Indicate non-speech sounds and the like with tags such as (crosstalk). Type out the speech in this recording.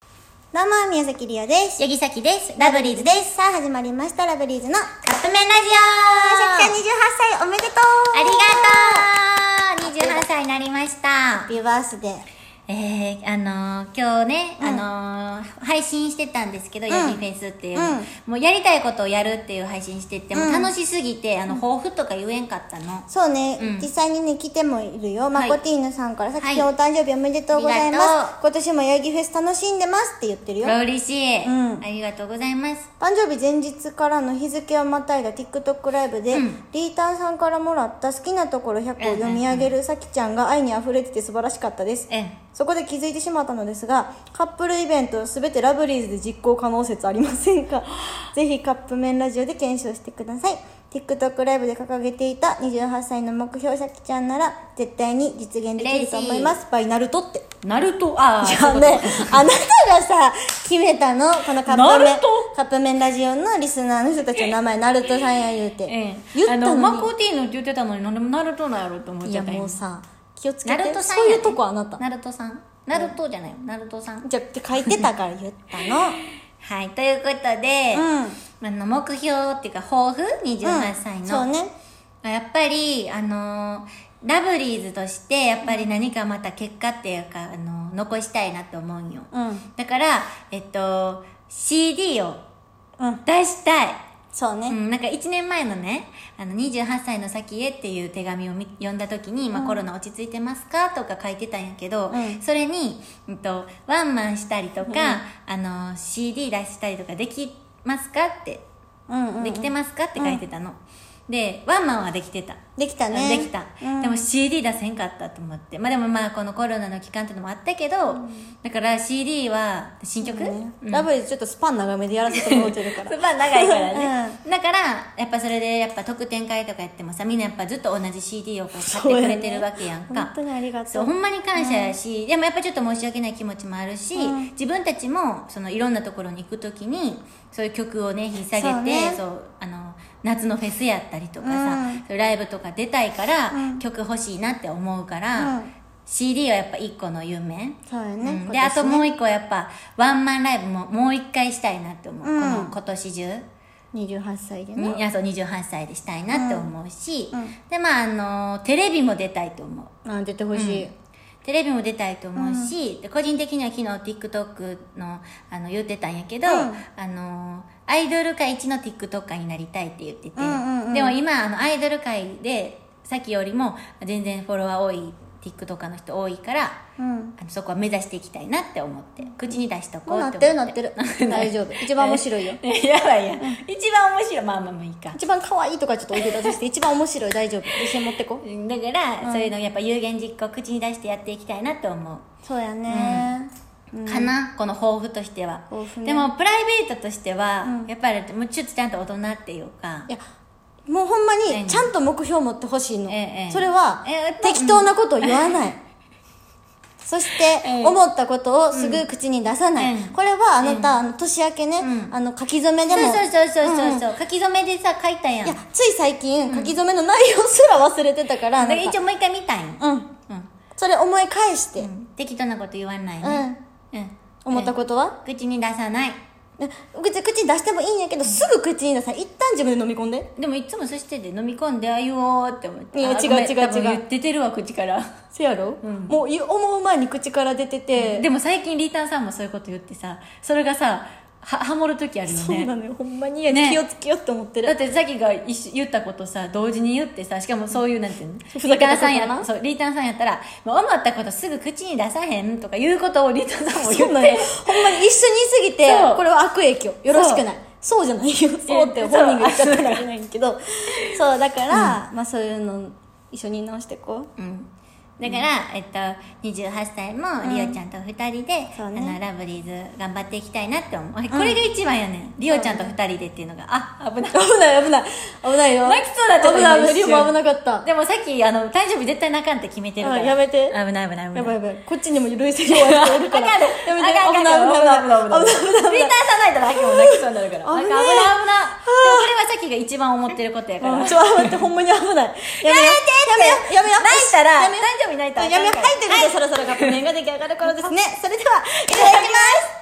どうも、宮崎りおです。ヤギサキです。ラブリーズです。さあ、始まりました、ラブリーズの。宮カップ麺ラジ崎さん28歳オおめでとうありがとう !28 歳になりました。ビューバースデー。えー、あのー、今日ね、うんあのー、配信してたんですけど、んヤギフェスっていう、うんもうやりたいことをやるっていう配信してて、もううん楽しすぎて、あの、抱負とか言えんかったの。そうね、うん実際にね、来てもいるよ。いマコティーヌさんから、さっはきいのお誕生日おめでとうございまありがす。今年もヤギフェス楽しんでますって言ってるよ。嬉しい、うんありがとうございます。誕生日前日からの日付をまたいだ TikTok ライブで、うんリーターさんからもらった好きなところ100個を読み上げるさきちゃんが愛に溢れてて素晴らしかったです。え、そこで気づいてしまったのですが、カップルイベントすべてラブリーズで実行可能説ありませんか (laughs) ぜひカップ麺ラジオで検証してください。TikTok ライブで掲げていた28歳の目標さきちゃんなら絶対に実現できると思います。バイナルトって。ナルト、あいーやね、あなたがさ、決めたの、このカップナ麺ルト、カップ麺ラジオのリスナーの人たちの名前、ナルトさんや言うて。ええ、言ったあのマのコーティーヌって言ってたのになんでもナルトなんやろって思っに。いちや、ゃったもう今さ、気をつけナルて、トさんそういやねうとこあなた。ナルトさんナルトじゃないよナルトさんじゃ、って書いてたから言ったの。はいということで、うん。あの目標っていうか抱負28歳の、そうね。やっぱりあのラブリーズとしてやっぱり何かまた結果っていうかあの残したいなと思うんよ、うん。だからえっと CD をうん。出したいそううね。ん、なんか1年前のね「あの28歳の先へ」っていう手紙をみ読んだ時に「まあコロナ落ち着いてますか?」とか書いてたんやけど、うんそれに、うんと「ワンマンしたりとか、あの CD 出したりとかできますか?」ってうん、う「ん。できてますか?」って書いてたの、でワンマンはできてたできたね。できた、うん、でも CD 出せんかったと思ってまあでもまあこのコロナの期間ってのもあったけど、だから CD は新曲、ねうんラブリーズちょっとスパン長めでやらせてもらってる (laughs) から。まあ長いからね、だからやっぱそれでやっぱ特典会とかやってもさみんなやっぱずっと同じ CD をこう買ってくれてるわけやんか本当にありがそとうう。ほんまに感謝やし、でもやっぱちょっと申し訳ない気持ちもあるし、自分たちもそのいろんなところに行く時にそういう曲をね引っ提げてそそうう、ねあの夏のフェスやったりとかさ、うんそういうライブとか出たいから、うん曲欲しいなって思うかうら、ん CD はやっぱ一個の夢そうよね。うん今年でねあともう一個やっぱワンマンライブももう一回したいなって思う、うんこの今年中28歳でにね。あそう28歳でしたいなって思うし、うんうんでまああのテレビも出たいと思うあ、出てほしい。テレビも出たいと思うし、で個人的には昨日 TikTok のあの言ってたんやけど、うんあのアイドル界一の TikToker になりたいって言ってて、うんうんうんでも今あのアイドル界でさっきよりも全然フォロワー多い TikToker の人多いからうん。あのそこは目指していきたいなって思って口に出しともこううってな思っって。。てるなってる大丈夫。一番面白いよ (laughs) やばいや一番面白いまあまあまあいいか一番可愛いとかちょっと置いてたとして、一番面白い大丈夫。自信持ってこ。うんだから、そういうのやっぱ有言実行口に出してやっていきたいなと思うそうやね。うんかな、この抱負としては、抱負ねでもプライベートとしては、やっぱりもうちょっとちゃんと大人っていうかいや、もうほんまに何ちゃんと目標持ってほしいのえええ。えそれはええ適当なことを言わない。 (laughs) そして、ええ思ったことをすぐ口に出さない。うんこれはあなた、あの年明けね、んあの書き初めでそうも。そうそうそううんうそんうそう、書き初めでさ書いたやんいや、つい最近、書き初めの内容すら忘れてたから、だからなんか一応もう一回見たんやうん。うんそれ思い返して。適当なこと言わないねうん、思ったことは、口に出さないね口口に出してもいいんやけど、すぐ口に出さない。一旦自分で飲み込んで。でもいつもそしてで飲み込んであ言おうって思っていやあ違うごめん違う多分違う言っててるわ口からせやろ、もうい思う前に口から出てて。でも最近リータンさんもそういうこと言ってさそれがさはハモる時あるよそうねなのよ。ほんまにや、ね気をつけようって思ってだるっ。てさきが一緒言ったことさ同時に言ってさしかもそういうなんていうのふリざけたータンことさなんやそうリータンさんやったらもう思ったことすぐ口に出さへんとかいうことをリータンさんも言そうっなのよて。ほんまに一緒にいすぎてそ、うこれは悪影響。よろしくない。そうじゃないよ。そうって本人が言っちゃったらいけないけど。そう、だから、まあそういうの、一緒に直してこう。うんだから、えっと、28歳もリオちゃんと2人で、そうあねのラブリーズ頑張っていきたいなって思う、これが一番やねんリオちゃんと2人でっていうのがあ危ない危ない危ない。危ないよ。泣きそうになっちゃった危ない危ない。今リ一瞬オも危なかった。でもさっきあの誕生日絶対泣かんって決めてるからあやめて危ない危ない危ないやばいやばい。こっちにも類似用やってるから。あかんやめて。あか (laughs) 危んない危ない危ないあかんあかん危ない危リなーい。ターさないとラッキーも泣きそうになる危ねえから。あかん危ない危ない。でもこれはさっきが一番思ってることやから。うん泣いちょっと待って、ほんまに危ない。やめようやめようやめようたら、や誕めよう生日泣いたらあやかんめようかはら。い、ということで、そろそろカップ麺が出来上がる頃ですね。それでは、いただきます。